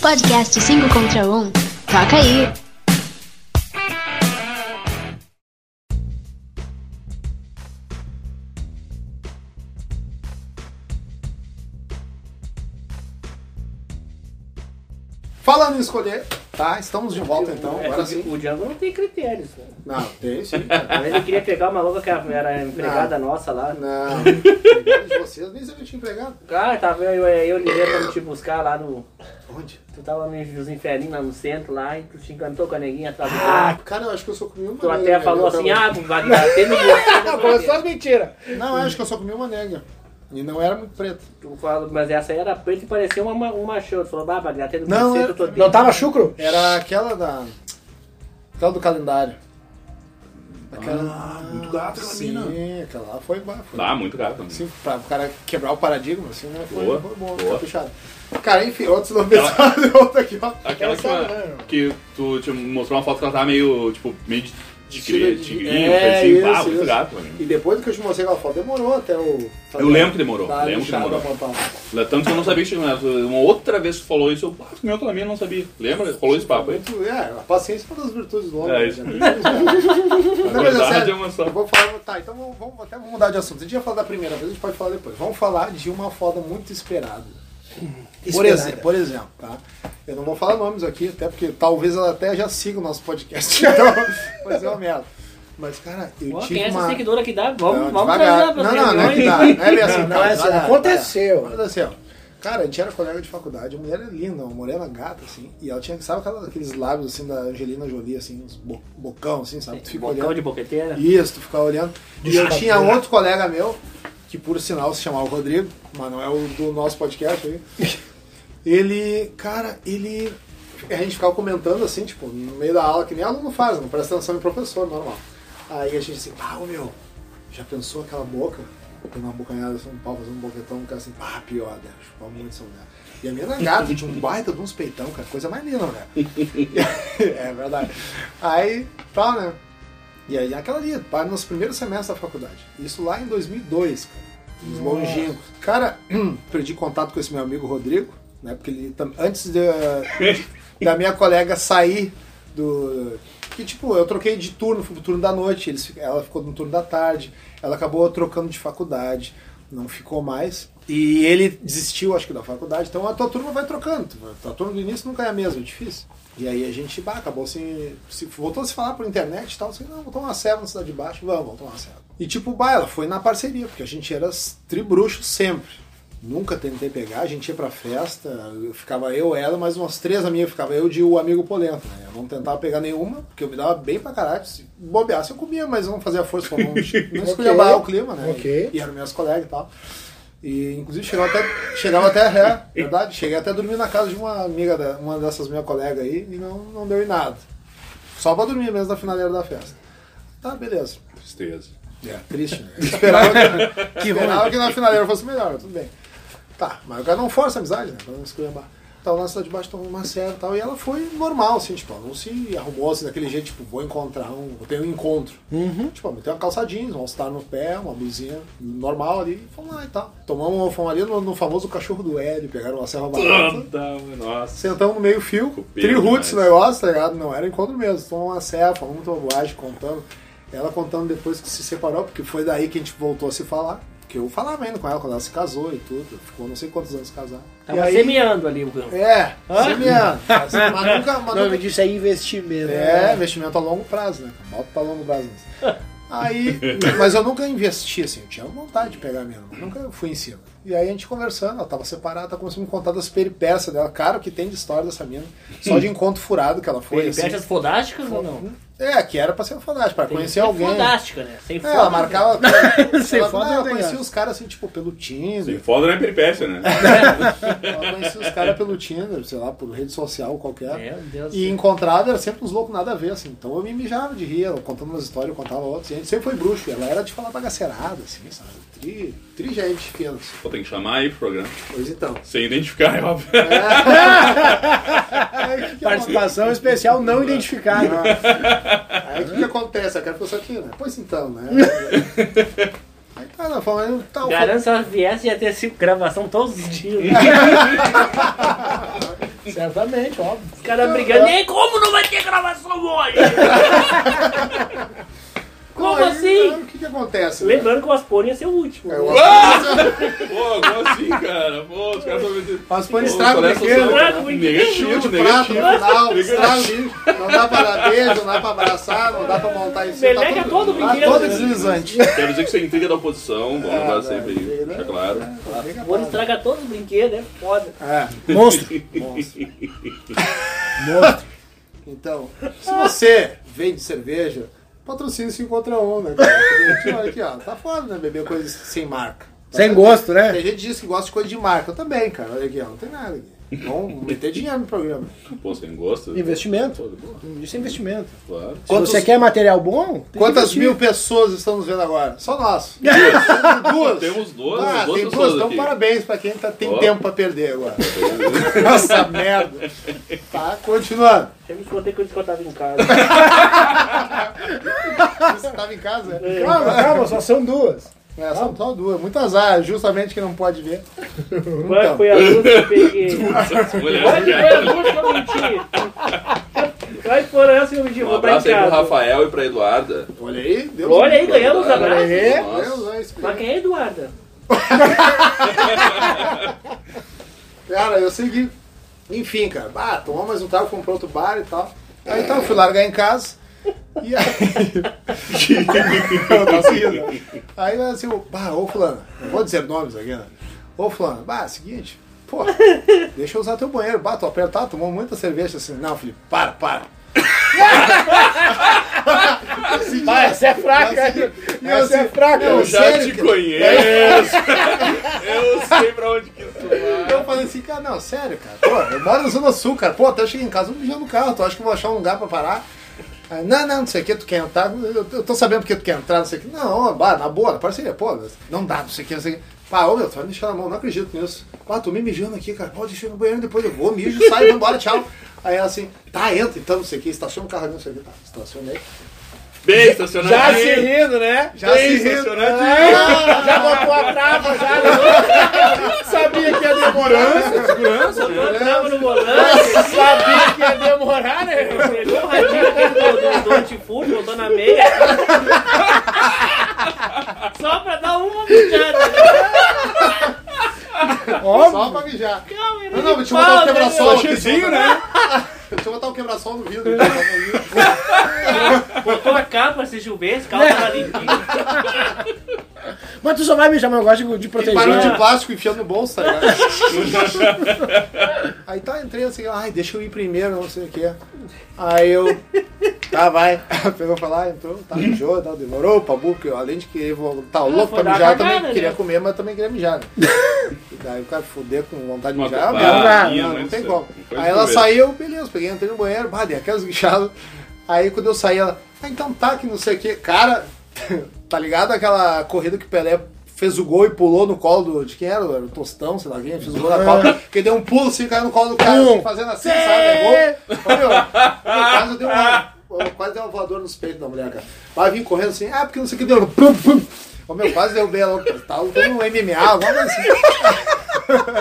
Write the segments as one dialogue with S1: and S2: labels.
S1: Podcast 5 contra 1. Toca aí!
S2: Falando em escolher, tá? Estamos de volta então,
S3: É,
S2: agora
S3: o-
S2: sim.
S3: O Django não tem critérios. né?
S2: Não, tem sim.
S3: Mas ele queria pegar uma louca que era
S2: Ah.
S3: empregada nossa lá.
S2: Não, obrigado de vocês, nem sabia que tinha empregado.
S3: Cara, tava eu e eu liguei pra te buscar lá no.
S2: Onde?
S3: Tu tava me- nos inferninhos lá no centro lá e tu te encantou com a neguinha atrás do
S2: Ah,
S3: carro.
S2: cara, eu acho que eu só comi uma
S3: Tu
S2: nega,
S3: até
S2: velho,
S3: falou
S2: eu
S3: assim,
S2: tava-
S3: ah, vai bater no meu.
S4: Começou as mentiras.
S2: Não, eu acho que eu só comi uma nega. E não era muito preta.
S3: Tu falou, mas essa aí era preta e parecia uma, uma- uma show. Tu falou, bah, vai bater no
S2: Não,
S3: meu
S2: eu-
S3: todo
S4: Não tava chucro?
S2: Era aquela da. Aquela do calendário. Aquela.
S5: Ah, muito gato aquela
S2: sim, aquela lá foi. ba- foi
S5: Ah, muito gato. né?
S2: Assim, pra o cara quebrar o paradigma, assim, né? Foi,
S5: Boa,
S2: foi bom,
S5: boa.
S2: caprichado. Cara, enfim, outros novidades, outro aqui, ó. é, né?
S5: Aquela que, uma- que tu te mostrou uma foto que ela tava meio, tipo, meio de, de
S2: Estilo
S5: cri-
S2: de-
S5: tigrinho,
S2: é,
S5: coisa assim.
S2: isso,
S5: ah, muito
S2: isso.
S5: gato, mano.
S2: E depois do que eu te mostrei aquela foto, demorou até o.
S5: Eu lembro que demorou,
S2: Tá,
S5: lembro que
S2: lixado
S5: demorou.
S2: pra apontar.
S5: Tanto que eu não sabia que tinha né? Uma outra vez que tu falou isso, eu, ah, meu também eu não sabia. Lembra? Rolou esse papo aí.
S2: Muito- é, a paciência é uma das virtudes do homem.
S5: É, isso
S2: né?
S5: aí.
S2: Não, mas é
S5: Verdade é
S2: sério.
S5: uma só.
S2: Eu vou falar, tá, então vamos, vamos- até vamos mudar de assunto. A gente ia falar da primeira vez, a gente pode falar depois. Vamos falar de uma foda muito esperada. Por,
S4: Esperada.
S2: exe- por exemplo, tá? Eu não vou falar nomes aqui, até porque talvez ela até já siga o nosso podcast. Então, mas é uma merda. Mas, cara, eu
S3: Ó,
S2: tive
S3: Quem é essa
S2: uma...
S3: seguidora que dá?
S2: Não,
S3: Vamos, vamos trazer
S2: devagar.
S3: ela pra
S2: Não, não, não é que dá. Não é bem assim,
S4: Não, não
S2: cara,
S4: é assim,
S2: devagar,
S4: aconteceu.
S2: devagar. Aconteceu. assim, Cara, a gente era colega de faculdade, a mulher era linda, uma morena gata, assim, e ela tinha, sabe aquela- aqueles lábios, assim, da Angelina Jolie, assim, uns bo- bocão, assim, sabe? Tu fica
S3: Bocão
S2: olhando.
S3: de boqueteira.
S2: Isso, tu ficava olhando. E eu tinha outro colega meu, que por sinal se chamava Rodrigo, mas não é o do nosso podcast aí. Ele, cara, ele. A gente ficava comentando assim, tipo, no meio da aula, que nem aluno faz, não presta atenção em professor, normal. Aí a gente assim, pá, ô meu, já pensou aquela boca? Dando uma bocanhada assim, um pau fazendo um boquetão, um cara assim, pá, pior, né? Chupar muito essa mulher. E a minha era gata, tinha um baita de uns peitão, cara, coisa mais linda, né? é verdade. Aí, tal, né? E aí aquela ali, pá, nos primeiros semestres da faculdade. Isso lá em 2002, cara. Nos longínquos. Cara, perdi contato com esse meu amigo Rodrigo, né? Porque ele tam- antes de, da minha colega sair do que tipo, eu troquei de turno, fui pro turno da noite, eles, fi- ela ficou no turno da tarde, ela acabou trocando de faculdade, não ficou mais. E ele desistiu, acho que, da faculdade, então a tua turma vai trocando. A tua turma do início nunca é a mesma, é difícil. E aí a gente bah, acabou assim, se, voltou a se falar por internet e tal, assim, não, vou tomar uma serva na Cidade de Baixo, vamos, vamos tomar uma serva. E tipo, bah, ela foi na parceria, porque a gente era s- tribruxo sempre. Nunca tentei pegar, a gente ia pra festa, eu ficava eu, ela, mais umas três amigas, ficava eu de o amigo Polenta, né? Eu não tentava pegar nenhuma, porque eu me dava bem pra caralho. Se bobeasse, eu comia, mas eu não fazia força pra não, não esculhambar o clima, né?
S4: Ok.
S2: E, eram meus colegas e tal. E inclusive chegava até. Chegava até é, verdade? Cheguei até a dormir na casa de uma amiga, da- uma dessas minhas colegas aí, e não, não deu em nada. Só pra dormir mesmo na finaleira da festa. Tá, beleza.
S5: Tristeza.
S2: É, triste, né? Eu Esperava que, que, esperava que na finaleira fosse melhor, mas tudo bem. Tá, mas o cara não força a amizade, né? Pra não esculhambar. Então, lá na de baixo tomou uma serva e tal, e ela foi normal, assim, tipo, ela não se arrumou assim daquele jeito, tipo, vou encontrar um, eu tenho um encontro. Tipo, meteu uma calça jeans, um all-star no pé, uma blusinha normal ali, e fomos lá e tal. Tomamos, fomos ali no, no famoso cachorro do Hélio, pegaram uma serva barata.
S5: Planta, nossa.
S2: Sentamos no meio fio,
S5: Copeiro
S2: triroots o
S5: demais.
S2: negócio, tá ligado? Não, era encontro mesmo. Tomou uma serra, falou muita bobagem, contando. Ela contando depois que se separou, porque foi daí que a gente voltou a se falar. Que eu falava ainda com ela quando ela se casou e tudo. Ficou não sei quantos anos casada.
S3: Tava semeando ali o campo.
S2: É, semeando. Mas nunca, mas
S4: O nome
S2: nunca
S4: disso é investimento.
S2: é, investimento a longo prazo, né? Bota pra longo prazo. nisso. Aí, mas eu nunca investi, assim, eu tinha vontade de pegar mesmo, mas nunca fui em cima. E aí a gente conversando, ela tava separada, ela começou a me contar das peripécias dela, cara, o que tem de história dessa mina, só de encontro furado que ela foi.
S3: Ele
S2: assim.
S3: perde as fodásticas ou não?
S2: É, que era pra ser fantástico, pra
S3: Tem
S2: conhecer
S3: gente
S2: alguém.
S3: Fodástica, né? Sem
S2: É, ela
S3: foda.
S2: marcava.
S4: Sem
S2: ela,
S4: foto
S2: não, ela
S4: não tem
S2: conhecia
S4: graça.
S2: os caras assim, tipo, pelo Tinder.
S5: Sem foda não é peripécia, né?
S2: Ela conhecia os caras pelo Tinder, sei lá, por rede social qualquer.
S3: Meu Deus do
S2: E
S3: céu.
S2: encontrava era sempre uns loucos nada a ver, assim. Então eu me mijava de rir, ela contando umas histórias, eu contava outras. E a gente sempre foi bruxo. Ela era de falar bagacerada, assim, sabe? Tri, tri gente fina. assim.
S5: Pô, tem que chamar aí pro programa.
S2: Pois então.
S5: Sem identificar, é óbvio.
S2: É, Aí o que, que
S4: Participação especial não identificada.
S2: acontece? Ah. Aí o que, que acontece? Eu quero pensar aqui, né? Pois então, né? Aí tá, não, falando tal.
S3: Garanto se ela viesse ia ter cinco gravação todos os dias.
S4: Certamente, óbvio.
S3: Os caras brigando. E aí, como não vai ter gravação hoje? Como
S2: Aí,
S3: assim?
S2: né, O que, que acontece? né?
S3: Lembrando que o Aspone ia ser o último.
S2: É, o
S3: né?
S5: Pô, como assim, cara? Pô, os caras estão vendendo.
S2: Mas põe estrago brigando.
S3: Estrago
S5: negativo,
S3: brigando.
S5: negativo.
S2: Chute, prato no final, estrago. Não dá pra beijo, não dá pra abraçar, não dá pra montar em cima.
S3: Meleca
S2: tá
S3: é todo
S2: tá
S3: brinquedo.
S2: todo deslizante.
S5: Quero dizer que você é intriga da oposição, bom, lembrar sempre
S2: velho,
S5: isso,
S2: né?
S5: deixa claro.
S3: O Aspone estraga todos os brinquedos, é foda.
S2: É.
S4: Monstro.
S2: Então, se você vende cerveja, patrocínio 5 contra 1, né? cara? Porque, Olha aqui, ó, tá foda, né? Beber coisa sem marca. Tá
S4: Sem
S2: certo?
S4: gosto, né?
S2: Tem gente que diz que gosta de coisa de marca. Eu também, cara. Olha aqui, ó, não tem nada aqui. Vamos meter dinheiro no programa.
S5: Pô, você não gosta?
S4: Investimento.
S5: Pô, pô,
S4: Isso é investimento.
S5: Claro.
S2: Quantos-
S4: Se você quer material bom, tem que
S2: Quantas
S4: investir.
S2: mil pessoas estão nos vendo agora? Só nós. Duas.
S5: Temos duas,
S2: Ah,
S5: duas
S2: tem
S5: pessoas
S2: duas. Então
S5: aqui.
S2: parabéns pra quem tá, tem
S5: Ó.
S2: tempo pra perder agora. Nossa merda. Tá, continuando.
S3: Já me escondei quando eu tava em casa.
S2: Você tava em casa, né?
S4: Calma, calma, só são duas.
S2: É, são só duas. Muito azar, justamente que não pode ver.
S3: Qual foi a luz que eu peguei?
S5: Essa mulher,
S3: Quais
S5: cara.
S3: foram as duas que eu menti? Quais foram essas que eu menti?
S5: Um
S3: Vou pra em
S5: abraço aí pro
S3: casa.
S5: Rafael e pra Eduarda.
S2: Olha aí, Deus.
S3: Olha aí, ganhamos os abraços.
S4: É?
S5: Nossa.
S2: Deus, é
S3: Mas quem é Eduarda?
S2: Cara, eu sei que. Enfim, cara. Ah, tomou mais um trago, comprou outro bar e tal. Aí então eu fui largar em casa. E aí. Eu não sei, né? aí assim, eu, bah, ô Fulano, não vou dizer nomes aqui, né? Ô Fulano, bah, seguinte, pô, deixa eu usar teu banheiro. Bah, tu apertar, tomou muita cerveja assim. Não, Felipe, para, para.
S4: Vai, essa é fraca.
S2: E eu
S4: Essa é
S2: assim,
S4: fraca.
S2: não,
S5: Eu já
S2: sério,
S5: te
S2: cara? É.
S5: conheço. Eu sei pra onde que tá. tu vai.
S2: Eu falei assim, cara, não, sério, cara. Pô, eu moro na Zona Sul, cara. Pô, até eu cheguei em casa, eu mijando no carro. Tu acha que eu vou achar um lugar pra parar? Aí, não, não, não sei o que, tu quer entrar. Eu, eu tô sabendo porque tu quer entrar, não sei o que. Não, bah, na boa, na parceria, pô, não dá, não sei o que, não sei o que. Pá, ô meu, tu vai me deixar na mão, não acredito nisso. Pá, tô me mijando aqui, cara. Pode deixar no banheiro, depois eu vou, mijo, saio, vambora, tchau. Aí ela assim, tá, entra então, não sei o que, estaciona o carro ali, não sei o que. Tá, estacionei.
S5: Bem estacionadinho.
S4: Já se rindo, né?
S2: Já se
S5: Bem
S2: rindo.
S5: estacionadinho.
S4: Já botou a trava, já. ligou. Sabia que ia demorar.
S5: Segurança, né?
S3: Eu trava no volante,
S4: Sabia que ia demorar, né?
S3: pegou o radinho aqui do- do- do antifúrio, botou na meia. Só pra dar uma mijada. né?
S4: Óbvio.
S2: Só pra mijar.
S3: Calma, ele
S2: Não, não, vou te
S3: fala,
S2: botar o quebra-sol aqui.
S4: Chezinho, né?
S2: Deixa eu botar o quebra-sol no vidro.
S3: É.
S2: né? deixa eu botar no vidro.
S3: Botou a capa se chovesse, calma tava limpinha.
S4: Mas tu só vai me chamar, eu gosto de, de
S2: Tem barulho
S4: proteger.
S2: de plástico enfiando no bolso, tá ligado? Aí tá, entrei assim, ai, deixa eu ir primeiro, não sei o que. Aí eu. Tá, vai. Pegou pra lá, entrou, tá, mijou, tá, demorou, pabu, porque eu, além de querer voltar louco
S3: foi
S2: pra
S3: dar
S2: mijar, eu
S3: cagada,
S2: também
S3: né?
S2: queria comer, mas também queria mijar, né? E daí o cara fuder com vontade de
S5: Uma
S2: mijar,
S5: copa-
S2: eu mesmo,
S4: Ah,
S2: não,
S5: minha
S2: não tem
S5: mãe do
S2: como.
S5: céu. Foi
S2: Aí ela
S5: isso é
S2: saiu, beleza, peguei, entrei no banheiro, bah, dei aquelas guinchadas. Aí quando eu saí, ela, ah, então tá, que não sei o que. Cara, tá ligado aquela corrida que o Pelé fez o gol e pulou no colo do, de quem era? Era o Tostão, sei lá quem, fez o gol na Copa. Que deu um pulo assim, caiu no colo do cara, assim, fazendo assim, sabe? É gol. Ô, meu, eu quase deu uma... eu Quase deu uma voadora nos peitos da mulher, cara. Mas vim correndo assim, ah, porque não sei o que deu. Pum, pum. Ô, meu, quase deu bem ela. Tá lutando um MMA, alguma coisa assim.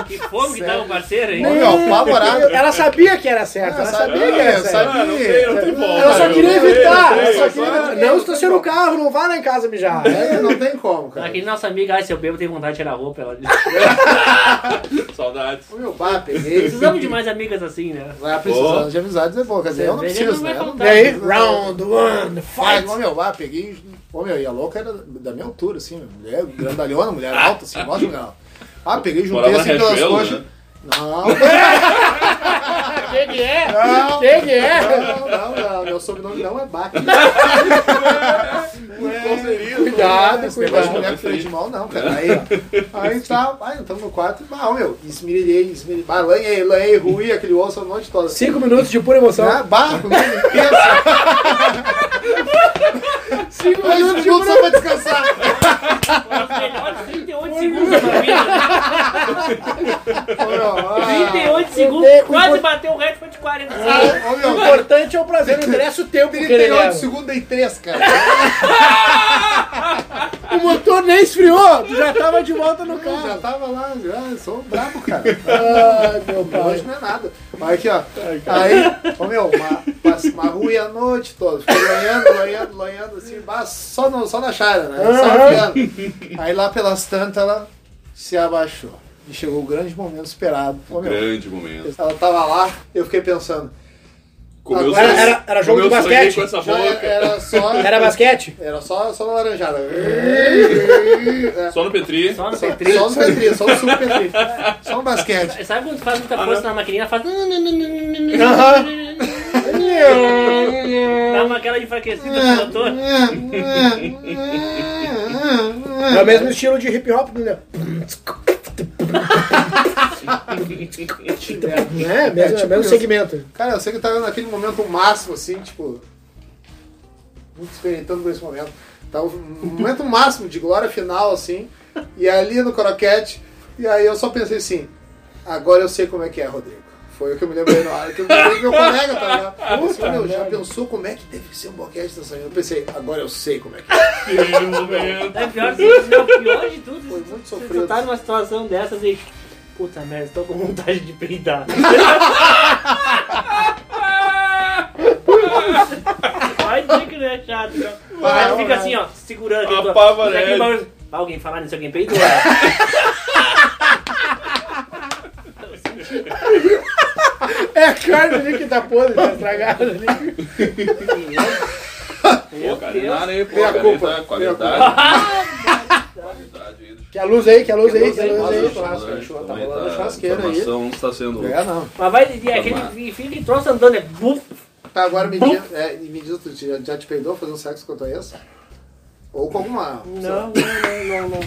S3: Que fome que tava o parceiro, hein?
S2: Ô, meu, apavorado.
S4: Ela sabia que era certo. Ela
S2: Ah,
S4: sabia
S2: sabia,
S4: que era
S2: eu
S4: certo.
S5: Ah, não tem, não tem volta.
S4: Eu só
S5: meu.
S4: queria
S5: Não tem,
S4: evitar.
S5: não
S4: Eu
S5: tem,
S4: só queria evitar. Não estaciona o carro, não vá lá em casa mijar.
S2: É, não tem como, cara.
S3: Aquele nosso amigo, ai, seu bebo tem vontade de tirar a roupa. Ela...
S5: Saudades.
S2: Ô, meu, bah, peguei.
S3: Precisamos de mais amigas assim, né?
S2: Vai precisando de amizades é bom, quer dizer, eu não
S3: Cerveja
S2: preciso,
S3: não
S2: né? Eu
S3: vai
S2: não
S4: E
S3: faltar.
S4: aí, round one,
S2: Pai,
S4: fight.
S2: ô meu, lá, peguei. Ô meu, e a louca era da minha altura, assim, mulher grandalhona, mulher alta, assim, gosta de mulher alta. Ah, peguei, juntei
S5: Morava
S2: assim
S5: na
S2: pelas
S5: Riachuelo,
S2: coxas.
S5: né?
S2: Não,
S4: Quem que é?
S2: não,
S4: Quem que é?
S2: não, não, não, meu sobrenome não é Bach.
S5: Qual seria?
S4: cuidado.
S2: Cuidado, cuidado.
S5: é
S2: Mulher que fez de mal, não, cara. Aí, ó. aí tá, aí entramos no quarto e mal, meu, esmirilhei, esmirilhei, bah, lanhei, lanhei, ruí aquele osso a noite toda.
S4: Cinco minutos de pura emoção.
S2: Né? Barro, né? pensa.
S4: Cinco
S2: Dois
S4: minutos de
S2: minutos só pra descansar.
S3: Melhor 38 segundos da vida.
S2: Ah,
S3: 38
S4: dei
S3: segundos,
S4: um
S3: quase
S4: pouco-
S3: bateu o recorde de 40 segundos.
S2: ah, ô,
S4: O
S2: meu,
S4: importante é
S6: é Tá
S4: o prazer, não interessa o tempo que ele
S2: 38
S4: leva.
S2: segundos e 3, cara.
S6: O motor nem esfriou, tu já tava de volta no
S2: Não, já
S6: carro.
S2: tava lá, já, sou um brabo, cara.
S6: Ai, Ah, meu
S2: Hoje não
S6: pai.
S2: é nada. Mas aqui, ó. Aí, ó, meu, marrui a noite toda. Fiquei lonhando, lonhando, lonhando, assim, bah, só, no, só na chara, né? Só piando. Aí lá pelas tantas, ela se abaixou. E chegou o grande momento esperado. Ô, meu,
S5: Grande momento.
S2: ela tava lá, eu fiquei pensando.
S5: Comeu
S2: Agora
S5: seu-
S6: era- era jogo
S5: comeu
S6: de
S5: seu sangue
S6: basquete.
S5: Com essa
S2: Já era,
S5: boca.
S2: era só.
S6: Era basquete?
S2: Era só, só na laranjada.
S5: Só no Petri.
S3: Só no
S2: Só,
S3: Petri.
S2: só no Petri, só no Super Petri. Só no basquete.
S3: Sabe quando tu faz muita força na maquininha, faz. Dá uma aquela de enfraquecida no motor.
S6: É o mesmo estilo de hip hop, né? É,
S2: É,
S6: mesmo,
S2: tipo
S6: mesmo
S2: isso.
S6: segmento.
S2: Cara, eu sei que eu tava naquele momento máximo, assim, tipo. Muito experimentando por esse momento. Tava um momento máximo de glória final, assim. E ali no croquete. E aí eu só pensei assim: agora eu sei como é que é, Rodrigo. Foi o que eu me lembrei na hora que eu lembrei do meu colega, tá ligado? Eu disse, meu, já pensou como é que deve ser um boquete dessa Eu pensei, agora eu sei como é que é.
S5: Grande momento.
S3: É pior, que- não, pior de tudo.
S2: Foi muito
S3: se
S2: sofrido.
S3: Tu tá numa situação dessas e. Puta merda, tô com vontade de peidar. Vai dizer que não é chato, não. Aí tu
S2: Não,
S3: fica
S2: não.
S3: assim, ó, segurando. aqui,
S5: Apavorante.
S3: aqui, barulho. Alguém falar nisso, alguém peidou. né?
S6: É a carne ali que tá podre, tá estragada ali.
S5: Pô, cara, nada aí, pô.
S2: Meia
S5: cara,
S2: culpa,
S5: tá-
S2: meia
S5: Qualidade. Qualidade aí.
S6: Que a luz aí, que a luz
S3: Que a
S6: aí,
S3: luz
S6: que a
S3: aí,
S6: luz
S2: Mas o um churrasco,
S6: aí.
S5: Também
S2: a churra- tá
S5: um também
S2: rolando a
S5: tá-
S2: churrasqueira
S5: A
S2: aí.
S5: informação está sendo...
S2: É, não.
S3: Mas vai, e aquele, enfim, que troço andando é. buf.
S2: Tá, agora me diz, é, e me diz tu já, já te perdoou fazer um sexo quanto a esse? Ou com alguma.
S6: Hum.
S3: Não, não, não, não, não.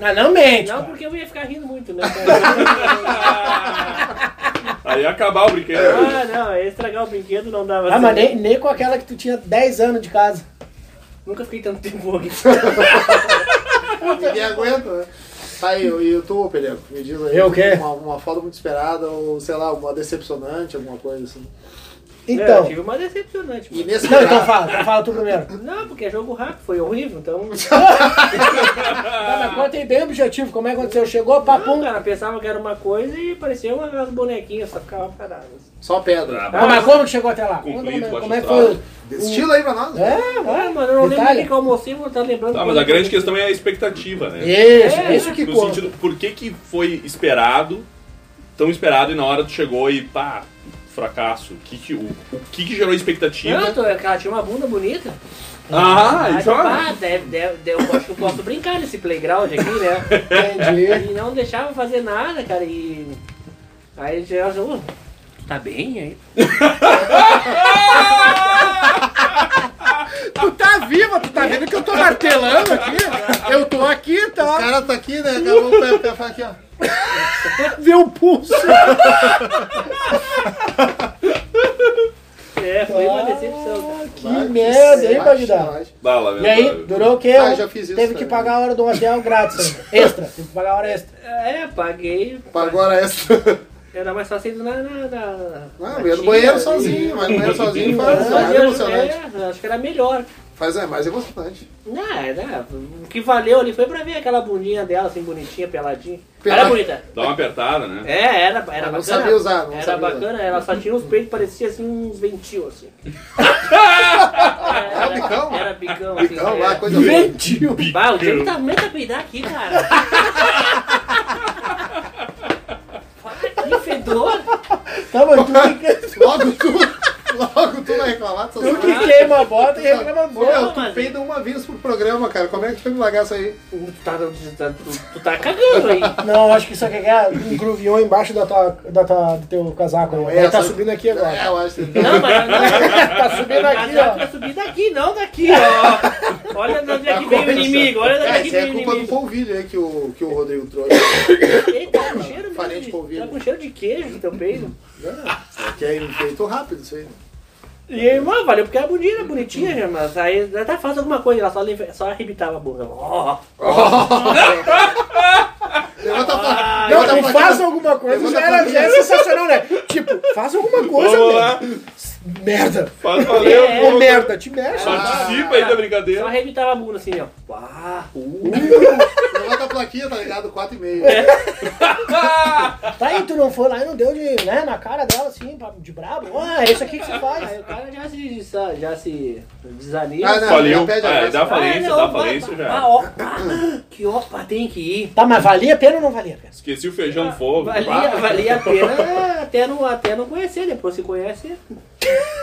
S6: Ah, não mente.
S3: Não, porque eu ia ficar rindo muito, né? cara?
S5: Aí ia acabar o brinquedo. né?
S3: Ah, não, ia estragar o brinquedo, não dava
S6: Ah, mas
S3: certo.
S6: nem, nem com aquela que tu tinha 10 anos de casa.
S3: Nunca fiquei tanto tempo aqui.
S2: Ninguém aguenta, né? Tá aí, e e tu, Pelego, me diz aí.
S6: Eu o quê?
S2: Uma, uma foto muito esperada, ou sei lá, uma decepcionante, alguma coisa assim.
S3: É, eu
S6: Então.
S3: tive uma decepcionante.
S2: E
S3: mano.
S2: nesse
S6: Não, então fala, então fala tu primeiro.
S3: Não, porque é jogo rápido, foi horrível, então.
S6: Ah, mas conta aí bem o objetivo, como é que aconteceu? Chegou,
S3: Não,
S6: papum.
S3: cara, pensava que era uma coisa e parecia uma- umas bonequinhas, só ficava paradas.
S2: Só pedra.
S5: Ah,
S6: Ah, mas como que chegou até lá?
S5: Cumprido,
S6: Conta
S5: baixo
S6: como é- como é que foi? o-
S2: Estilo aí pra nós. né?
S6: É,
S3: Ah,
S6: vai.
S3: mano, eu não lembro
S6: Detalhe.
S3: nem que eu almocei, vou estar lembrando.
S5: Tá, mas a grande questão é a expectativa, né?
S6: Isso,
S3: É,
S6: é isso que
S5: no
S6: conta.
S5: sentido, por que que foi esperado, tão esperado, e na hora tu chegou e pá, fracasso. O que que, o, o que, que gerou expectativa?
S3: Não, tô, é ela tinha uma bunda bonita.
S5: ah,
S3: Aí,
S5: então...
S3: pá, deve, deve, deve, eu acho que eu posso brincar nesse playground aqui, né?
S6: Entendi.
S3: E não deixava fazer nada, cara. E. Aí já oh, tá bem aí.
S6: Tu tá viva, tu tá vendo que eu tô martelando aqui? Eu tô aqui,
S2: O
S6: tá?
S2: cara tá aqui, né? Acabou o pé, pé, pé aqui, ó.
S6: Vê o pulso.
S3: É, foi uma decepção, cara.
S6: Que merda, hein, Bagdá?
S2: Bagdá?
S5: Dá,
S6: E aí,
S5: lamentável.
S6: durou o quê?
S2: Ah, já fiz isso
S6: Teve que
S2: também.
S6: pagar a hora do hotel grátis. né? Extra, teve que pagar a hora extra.
S3: É, paguei.
S2: Agora essa.
S3: Era mais fácil ir na. na, na, na
S2: Não,
S3: na
S2: eu ia no
S3: tia
S2: banheiro
S3: e-
S2: sozinho, mas no banheiro sozinho
S3: Ah,
S2: faz, é mais
S3: sozinho,
S2: emocionante.
S3: é, acho que era melhor.
S2: Faz é mais emocionante.
S3: Não, é, não, o que valeu ali foi pra ver aquela bundinha dela, assim, bonitinha, peladinha.
S2: Pelada.
S3: Era bonita.
S5: Dá uma apertada, né?
S3: É, era, era bacana.
S2: não sabia usar, não
S3: Era
S2: sabia usar.
S3: bacana, ela só tinha os peitos, parecia assim uns ventil, assim. era,
S2: É o bicão?
S3: Era bicão, assim.
S2: Então,
S3: era.
S2: lá, coisa boa.
S3: Bah, o Diego tá muito a peidar aqui, cara. Pá, que fedor!
S6: Tá, mas tu que,
S2: Logo tu, logo tu vai reclamar dessas
S6: tu
S2: coisas.
S6: que queima a
S3: é?
S6: bota e
S3: um
S6: reclama a
S2: Ô,
S6: bota.
S2: meu,
S3: Não,
S2: tu
S3: mas-
S2: peida uma vez por programa, cara. Como é que tu vai me largar isso aí?
S3: Tu tá, tu, tá- tu- tu tá cagando aí.
S6: Não, acho que isso aqui é um gruvião embaixo da tua, da tua, do teu casaco. Não,
S2: É,
S6: tá
S2: sabe?
S6: subindo aqui agora.
S2: É, eu acho que
S3: Não, mas não.
S6: Tá subindo aqui,
S3: Azar
S6: ó.
S3: pra subir daqui, não daqui, ó. Olha de onde é que veio o inimigo, olha de onde é
S2: É,
S3: que
S2: isso é
S3: veio o
S2: culpa do
S3: inimigo.
S2: polvilho aí que o, que o Rodrigo trouxe. né?
S3: Eita, tá com cheiro
S2: Parente
S3: mesmo. de-
S2: polvilho.
S3: Tá com cheiro de queijo também.
S2: É, que é feito rápido isso aí.
S3: E aí, mano, valeu porque era bonita, era bonitinha, já, mas aí até faz alguma coisa, ela só, leve- só arrebitava a bunda. Ó,
S2: Levanta a
S3: Ah,
S2: placa.
S6: Não,
S2: Levanta a
S6: tu
S2: placa.
S6: faz alguma coisa, já era já é sensacional, né? Tipo, faz alguma coisa,
S5: Vamos
S6: meu.
S5: lá.
S4: Merda!
S5: Faz valeu,
S3: É,
S5: pô.
S4: Ô, merda, te
S6: Ah,
S4: mexe!
S5: Participa aí da
S3: Só
S5: brincadeira.
S3: arrebitava a bunda assim, ó. Pá, uh.
S2: Levanta a plaquinha, tá ligado? 4,5.
S3: É.
S6: Tá aí, tu não foi lá e não deu de, né, na cara dela, assim, pra- de brabo. Ah, é isso aqui que você
S3: Aí
S6: faz.
S3: o cara já se, já se desanima.
S2: Ah, não,
S5: Faliu.
S2: já pede a
S5: É,
S2: graça.
S5: dá falência,
S3: Ah, não,
S5: dá
S3: vai-
S5: falência
S3: vai-
S5: já.
S3: vai, ó, ah, que opa, tem que ir.
S6: Tá, mas valia a pena ou não valia a pena?
S5: Esqueci o feijão no fogo.
S3: Valia, valia a pena é, até não, até não conhecer, depois se conhece.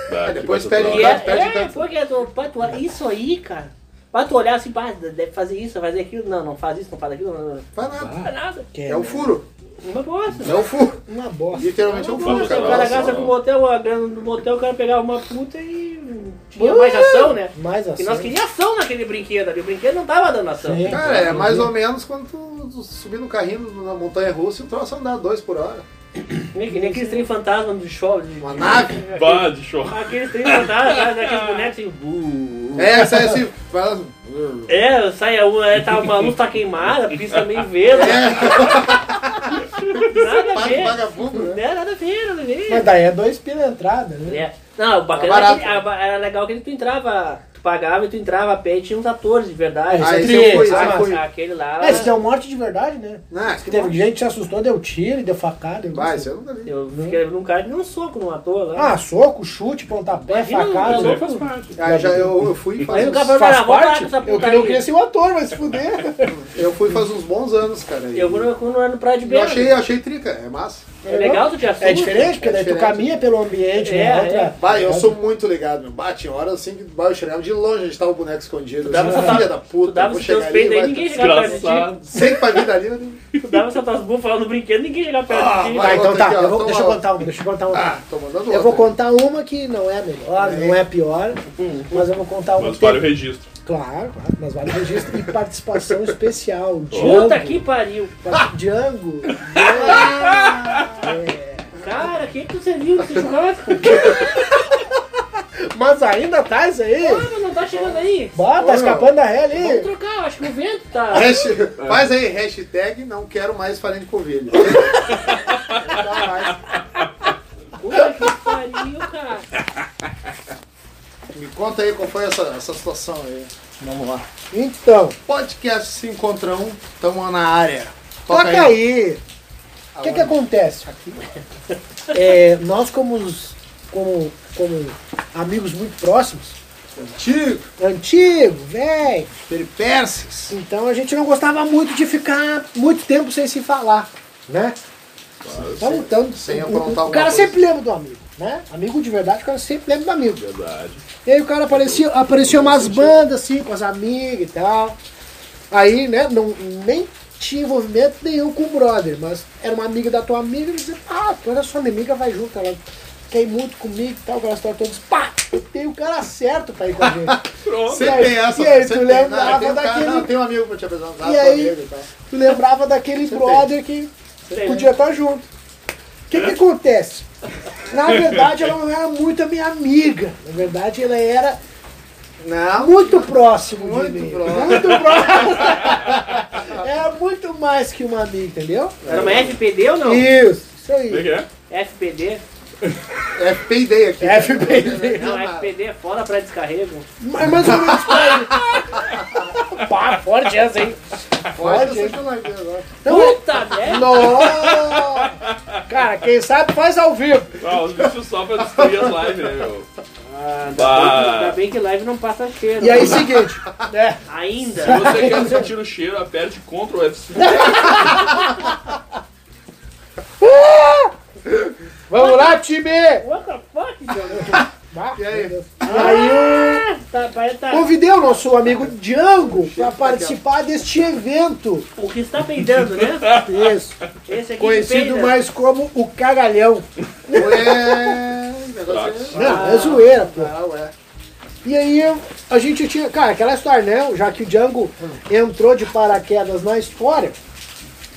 S5: Dá,
S2: Depois
S5: que vai
S2: pede
S3: E
S5: sobrar.
S3: é,
S2: Tanto, pede
S3: é,
S2: tanto.
S3: porque tu, pá, tu, isso aí, cara. Pra tu olhar assim, pá, deve fazer isso, fazer aquilo. Não, não faz isso, não faz aquilo. Não, não, não
S2: Faz nada.
S6: Ah,
S3: faz nada.
S6: Que
S2: É o furo.
S3: Uma bosta.
S2: É o furo.
S6: Uma bosta.
S2: Literalmente é um furo,
S5: Nossa,
S3: o
S2: cara.
S3: cara
S5: Nossa,
S3: gasta com o
S5: não.
S3: motel, a grana do motel, o cara pegava uma puta e tinha mais ação, né?
S6: Mais
S3: E
S6: assim.
S3: nós queríamos ação naquele brinquedo ali. O brinquedo não tava dando ação.
S6: Sim.
S2: Cara, é mais ou menos quando tu, tu subir no carrinho na montanha russa e o troço andar dois por hora.
S3: Nem, nem aqueles trem fantasma do show. De,
S2: Uma nave.
S5: Vá de churrasco.
S3: aqueles trem fantasma, sabe, daqueles bonecos assim. bu-
S2: É, sai assim, vai lá. assim.
S3: É, sai a uma, é, tá, uma luz tá queimada, a pista meio verde. Nada a
S2: Para de
S3: ver.
S2: vagabundo, né?
S3: Não é nada a ver, nada a ver.
S6: Mas daí é dois pila a entrada, né?
S3: É. Não, o bacana
S2: Tá
S3: era,
S2: barato.
S3: que, a- era legal que tu entrava, tu pagava e tu entrava a pé e tinha uns atores de verdade.
S6: É,
S2: Ah,
S6: Aí
S2: esse
S6: tem-
S2: eu fui, esse
S6: ah,
S2: eu
S3: Sabe,
S2: fui.
S3: aquele lá.
S6: É, se deu morte de verdade, né?
S2: Não, esse
S6: Que
S2: que
S6: teve
S2: bom.
S6: gente que se assustou, deu tiro, deu facada. eu não
S2: Vai,
S6: sei.
S2: esse eu nunca vi.
S3: Eu fiquei num cara que deu um soco num ator lá.
S6: Ah, soco, chute, pontapé,
S3: Imagina,
S6: facada.
S3: eu
S5: Isso é aí
S3: vou-
S6: né?
S5: faz parte.
S2: Ah, já, eu, eu fui faz
S3: Aí o
S2: uns,
S3: Gabriel
S6: Faz
S3: era vou parar
S6: parte?
S3: com essa
S6: Eu
S3: putaria.
S6: queria, eu queria ser um ator, vai se fuder.
S2: eu fui faz uns bons anos, cara. e
S3: Eu quando, quando era no Praia de
S2: eu
S3: Belo.
S2: achei, eu achei trica, é massa.
S3: É legal tu te assusta.
S6: É diferente, porque
S2: É
S6: daí tu
S2: diferente.
S6: caminha pelo ambiente, né?
S3: É,
S6: Outra-
S3: é.
S2: Vai, eu sou muito ligado, meu. Bate em hora assim que bah, eu chegava de longe, onde tava o boneco escondido.
S3: Tu dava
S2: Eu
S3: essa
S2: disse, filha da
S3: Tu
S2: puta,
S3: dava
S2: vou
S3: os teus
S2: chegar ali.
S3: peitos aí,
S2: vai-
S3: ninguém chegava perto de
S5: Desgraçado.
S2: Sempre pra vir dali, né?" eu digo,
S3: ti. Tu dava essas tuas bufas lá no brinquedo, ninguém chegava perto
S2: Ah,
S3: de ti.
S2: vai.
S6: Tá, então
S2: outra
S6: tá.
S2: aqui, ó,
S6: eu vou-
S2: toma
S6: deixa eu
S2: lá.
S6: contar uma, deixa eu contar um uma.
S2: ah, tô mandando outra.
S6: Eu vou contar uma que não é a melhor,
S2: É.
S6: não é a pior, mas eu vou contar uma
S5: Mas
S6: que teve-
S5: vale o registro.
S6: Claro, claro, mas vale o registro e participação especial. Django.
S3: Puta que pariu.
S6: pa- Django. Django. É.
S3: Cara, quem que você viu nesse churrasco?
S6: Mas ainda tá isso aí?
S3: Ah, mas não tá chegando aí.
S6: Bota, tá
S2: Ô,
S6: escapando da ré
S3: Vamos
S6: ali.
S3: trocar, eu acho que o vento tá...
S2: Hash- Faz aí, hashtag não quero mais farinha de polvilho. Não dá mais.
S3: Puta que pariu, cara.
S2: Me conta aí qual foi essa, essa situação aí. Vamos lá.
S6: Então,
S2: Podcast Se Encontrão, tamo na área.
S6: toca aí. O que que
S2: Aonde?
S6: acontece? É, nós como, os- como, como amigos muito próximos,
S2: Antigo,
S6: antigo, velho,
S2: peripécias.
S6: Então a gente não gostava muito de ficar muito tempo sem se falar, né? Então, então,
S2: sem
S6: o-
S2: aprontar
S6: o, o
S2: alguma
S6: cara
S2: coisa.
S6: sempre lembra do amigo, né? Amigo de verdade, o cara sempre lembra do amigo.
S5: Verdade.
S6: E aí o cara aparecia, aparecia umas bandas assim, com as amigas e tal. Aí, né, não, nem tinha envolvimento nenhum com o brother, mas era uma amiga da tua amiga, e dizia, ah, tu era sua amiga, vai junto, ela quer ir muito comigo e tal, aquela história toda, pá, tem o cara certo pra ir com a gente.
S5: Pronto.
S2: Sempre tem essa.
S6: E aí,
S2: sempre
S6: tu
S2: tem.
S6: lembrava
S2: tem um cara-
S6: daquele-
S2: Não, tem um amigo pra te apresentar.
S6: E
S2: teu
S6: aí?
S2: amigo e tal.
S6: tu lembrava daquele brother que podia estar junto. O
S2: É?
S6: que, que acontece? Na verdade, ela não era muito a minha amiga. Na verdade, ela era
S2: Não,
S6: muito próximo
S2: Muito
S6: de mim.
S2: próximo.
S6: Muito próximo. era muito mais que uma amiga, entendeu?
S3: Era uma FPD ou não?
S6: Isso, isso
S5: Como é
S6: aí.
S5: que é?
S3: FPD?
S2: é payday aqui.
S6: FPD.
S3: Não, FPD é fora pra descarrego.
S6: Mas mais ou menos por aí. Pá, forte essa, hein?
S2: Pode
S6: Pode.
S2: ser que eu larguei agora.
S6: Então,
S3: Puta merda!
S6: nossa! Cara, quem sabe faz ao vivo.
S5: Ah, os bichos só pra destruir as lives, né, meu?
S3: Ainda
S5: Bah.
S3: bem que live não passa cheiro.
S6: E aí, seguinte, né?
S3: Ainda.
S5: Se você quer sentir o cheiro, aperte Ctrl F5.
S6: Vamos lá, time!
S3: What the fuck, meu?
S2: E aí?
S6: Aí
S3: Tá, vai, tá.
S6: eu convidei o nosso amigo Django para participar deste evento.
S3: O que está peidando, né?
S6: Isso.
S3: Esse aqui
S6: Conhecido
S3: que peida.
S6: mais como o cagalhão.
S2: Ué, o
S5: tá?
S2: negócio é...
S6: Não, é zoeira, pô.
S2: Ah, ué.
S6: E aí a gente tinha. Cara, aquela história, né? Já que o Django entrou de paraquedas na história,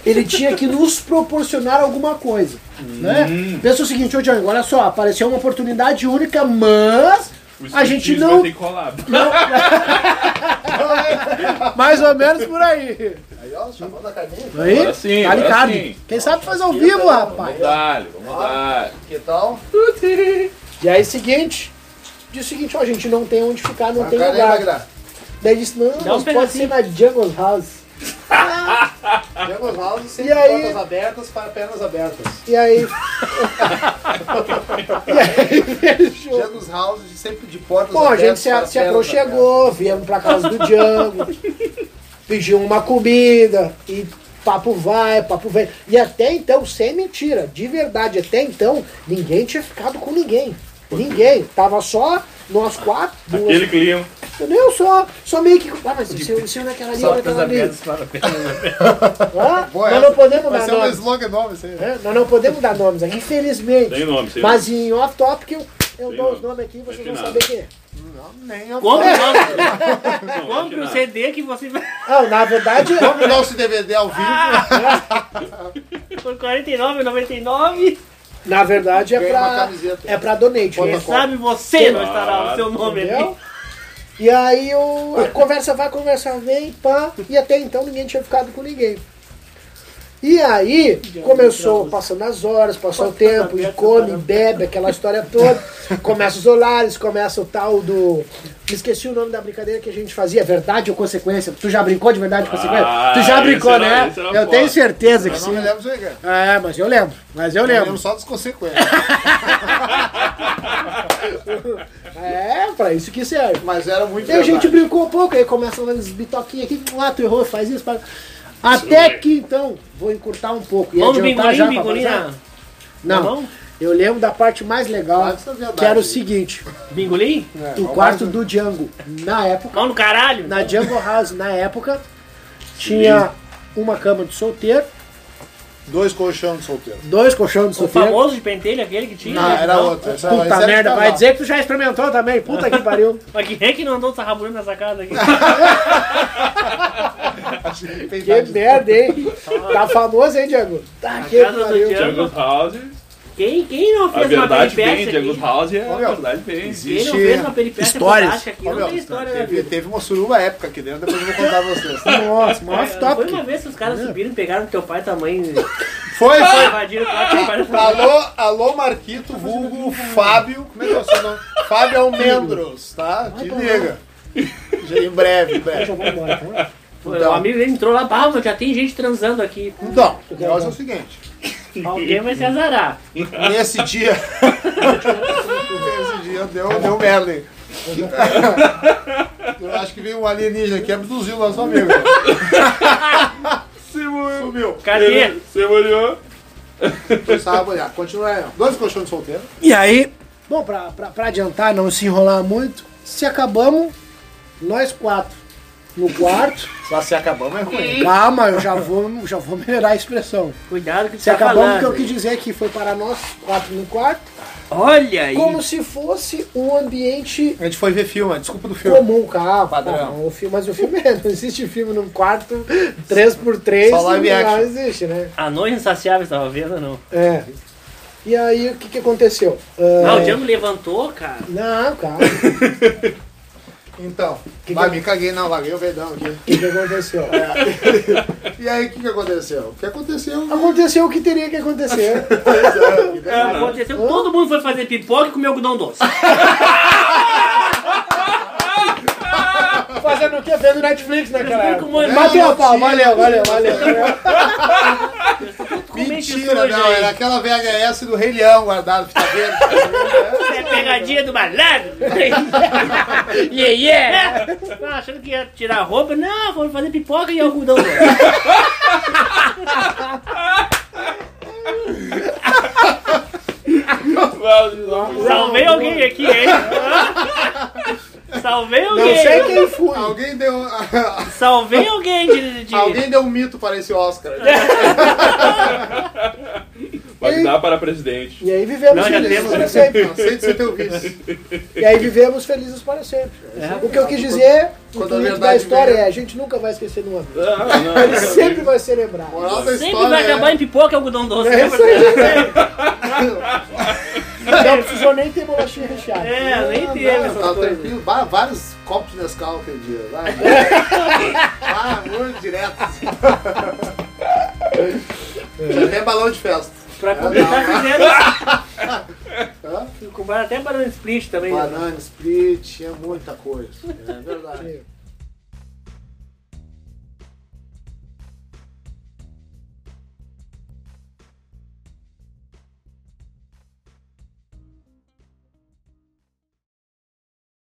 S6: ele tinha que nos proporcionar alguma coisa. Né? Pensa o seguinte, ô Django, olha só, apareceu uma oportunidade única, mas
S5: O
S6: a gente
S5: striptease
S6: não
S5: Vai ter colado.
S6: Mais ou menos por aí.
S2: Aí, ó, chamou da carninha.
S6: Aí, Tá
S5: Agora sim,
S6: vale
S5: agora
S6: carne.
S5: sim.
S6: Quem sabe faz ao vivo, rapaz.
S5: Vamos dar, vamos dar.
S2: Que tal?
S6: E aí, seguinte, disse o seguinte, ó, a gente não tem onde ficar, não
S2: Ah,
S6: tem
S2: cara,
S6: lugar.
S2: vai lá.
S6: Daí disse, não,
S3: Dá um
S6: mas pode
S3: pedacinho.
S6: ser na Jungle House.
S2: Jogos House
S6: E
S2: sempre
S6: aí?
S2: portas abertas para pernas abertas.
S6: E aí... e aí, fechou.
S2: Jogos House sempre de portas
S6: Bom, a
S2: abertas.
S6: gente se,
S2: para
S6: se
S2: pernas
S6: aproxegou,
S2: né?
S6: viemos pra casa do Django, pedimos uma comida e papo vai, papo vem. E até então, sem mentira, de verdade, até então, ninguém tinha ficado com ninguém. Ninguém. Tava só nós quatro, duas.
S5: Aquele clima.
S6: Entendeu? Só, só meio que. Ah, mas se eu, se eu naquela ali, eu naquela ali. Ah,
S2: Boa,
S6: nós
S2: essa.
S6: não podemos
S2: Vai
S6: dar
S2: ser um
S6: nomes.
S2: slogan novo isso aí.
S6: né? Nós não podemos dar nomes aqui, infelizmente.
S5: Tem nome, tem
S6: Mas em off-topic eu, eu
S5: Tem
S6: dou os
S5: nome.
S6: nomes aqui e vocês vão
S5: Refinado.
S6: saber quem é.
S2: Nem eu-
S3: Compre,
S5: nome. Não,
S3: compre o
S5: acho que
S3: CD que você vai.
S6: Ah, na verdade,
S2: Vamos dar nosso DVD ao vivo.
S6: Ah,
S3: Por R$ 49,99.
S6: Na verdade é
S2: Ganha uma
S6: pra,
S2: camiseta.
S6: é pra donate,
S2: Bota
S6: né?
S2: a
S3: Sabe você não
S5: Claro.
S3: estará o seu nome
S6: Entendeu?
S3: ali.
S6: E aí eu, a conversa vai, a conversa vem, pá, e até então ninguém tinha ficado com ninguém. E aí começou, passando as horas, passou o tempo, e come, bebe, aquela história toda. Começa os horários, começa o tal do. Me esqueci o nome da brincadeira que a gente fazia, verdade ou consequência? Tu já brincou de verdade ou consequência?
S5: Ah,
S6: tu já
S5: esse
S6: brincou,
S5: era-
S6: né?
S5: esse era
S6: Eu
S5: foda.
S6: tenho certeza que
S2: Eu não
S6: sim.
S2: me lembro disso aí, cara.
S6: É, mas eu lembro, mas eu
S2: Eu
S6: lembro.
S2: lembro só das consequências.
S6: É, pra isso que serve.
S2: Mas era muito
S6: E a gente
S2: verdade.
S6: brincou um pouco, aí começam as bitoquinhas aqui, ah, tu errou, faz isso, faz... Até que então, vou encurtar um pouco. E
S3: Vamos Tá no
S6: adiantar
S3: bingolim,
S6: já pra
S3: bingolim ah.
S6: passar?
S3: na.
S6: Não,
S3: Não?
S6: eu lembro da parte mais legal,
S2: Ah, isso é verdade.
S6: que era o seguinte,
S3: Bingolim?
S2: É,
S6: o quarto do Django, na época,
S3: Mão no caralho.
S6: na Django House, na época, tinha uma cama de solteiro,
S2: Dois colchões de solteiro.
S6: dois colchões
S3: O
S6: de solteiro,
S3: famoso de pentelho, aquele que tinha.
S2: Não,
S3: né?
S2: era outra. Essa- essa
S6: puta
S2: era
S6: merda,
S2: de
S6: vai
S2: casal.
S6: dizer que tu já experimentou também, puta que pariu.
S3: Mas quem é que não andou de sarrabulho nessa casa aqui?
S2: Acho que tem
S6: Que
S2: idade.
S6: merda, hein? Tá famoso, hein, Django? Tá que
S3: casa do
S6: pariu.
S3: Django.
S5: Jungle House,
S3: Quem, quem não
S5: a
S3: fez uma
S5: verdade vem,
S3: peripécia
S5: Jungle
S3: aqui?
S5: House é
S2: Ô,
S5: a
S2: meu,
S5: verdade vem.
S3: Quem não
S2: Existe-
S3: fez uma peripécia
S6: Histórias.
S3: fantástica aqui?
S2: Ô,
S3: Não
S2: meu,
S3: tem
S6: né,
S3: história da
S2: teve,
S3: vida.
S2: teve uma suruba épica aqui dentro, depois eu vou contar pra vocês.
S6: Nossa, mó
S3: Foi
S6: off-topic.
S3: uma vez que os caras subiram e pegaram teu pai e tua mãe
S2: Foi, foi.
S3: invadiram o quarto do pai da tua mãe.
S2: Alô, alô Marquito, vulgo Fábio. Como é que é o seu nome? Fábio Almendros, tá? Te liga. Já em breve, em breve.
S6: Vamos embora, tá?
S3: O amigo dele entrou lá, pá, mas já tem gente transando aqui.
S2: Então, o negócio é o seguinte.
S3: Alguém vai se azarar.
S2: Nesse dia. Nesse dia deu, deu merda. hein? Eu acho que veio um alienígena aqui e abduziu o nosso amigo. Sumiu.
S3: Cadê?
S5: Você olhou?
S2: Precisava olhar. Continua aí. ó. Dois colchões de solteiro.
S6: E aí? Bom, pra, pra, pra adiantar, não se enrolar muito, se acabamos, nós quatro no quarto.
S2: Só se acabamos é ruim.
S6: Calma, eu já vou, já vou melhorar a expressão.
S3: Cuidado que tu
S6: Se
S3: tá
S6: acabamos, o que eu
S3: falando.
S6: quis dizer é que foi para nós quatro no quarto,
S3: Olha aí.
S6: como se fosse um ambiente
S2: A gente foi ver filme, desculpa do filme.
S6: comum, calma.
S2: Padrão.
S6: calma, o filme, mas o filme é, não existe filme num quarto 3x3,
S2: Só live
S6: não,
S2: action.
S6: existe, né?
S3: A noite insaciável estava vendo ou não?
S6: É. E aí, o que, que aconteceu? Ah,
S3: Não, o Django levantou, cara.
S6: Não, calma.
S2: Então,
S6: Que
S2: vai,
S6: que-
S2: me caguei, não, larguei o vedão aqui.
S6: O que, que aconteceu?
S2: E aí, o que, que aconteceu? O que aconteceu?
S6: Aconteceu o que teria que acontecer. É,
S3: Aconteceu que todo mundo foi fazer pipoca e comer algodão doce.
S6: Fazendo o quê? Vendo Netflix naquela
S3: Fica
S6: época.
S3: com uma-
S6: Bateu a pau,
S2: Mentira.
S6: valeu, valeu, valeu.
S3: é
S2: Mentira,
S3: isso
S2: não,
S3: hoje,
S2: era
S3: hein?
S2: aquela VHS do Rei Leão guardado, fita verde.
S3: É pegadinha do malandro. yeah, yeah. Tá achando que ia tirar a roupa? Não, vamos fazer pipoca e algodão doce. Salvei alguém aqui, hein? Salvei
S6: Não
S3: alguém.
S6: sei quem foi.
S2: Alguém deu,
S3: Salvei alguém de... de...
S2: alguém deu um mito para esse Oscar.
S3: É,
S5: Vai dar para presidente.
S6: E aí vivemos
S3: Não, já
S6: felizes
S3: temos.
S6: para sempre.
S2: Não sei de ser teu vice.
S6: E aí vivemos felizes para sempre. O que eu quis dizer, o
S2: Quando a
S6: tweet da
S2: verdade
S6: história
S2: vem.
S6: é a gente nunca vai esquecer de um amigo.
S5: Ah, não,
S6: Ele sempre vai ser lembrado.
S2: Moral da
S3: Sempre vai
S2: história.
S3: acabar
S2: é-
S3: em pipoca e algodão doce.
S6: É
S3: né?
S6: isso aí. Não precisou nem ter bolachinha recheada.
S3: É, nem
S6: Não,
S3: teve
S6: não.
S2: Tava
S3: essas
S6: tá
S2: Tá
S3: coisas.
S2: tranquilo, va- vários copos de Nescau aquele dia. Vai, vai, muito direto. Tinha até balão de festa.
S3: tá Pra completar, fizeram, Compraram até banana split também. né?
S2: Banana, split, é muita coisa. É verdade.
S6: Tinha.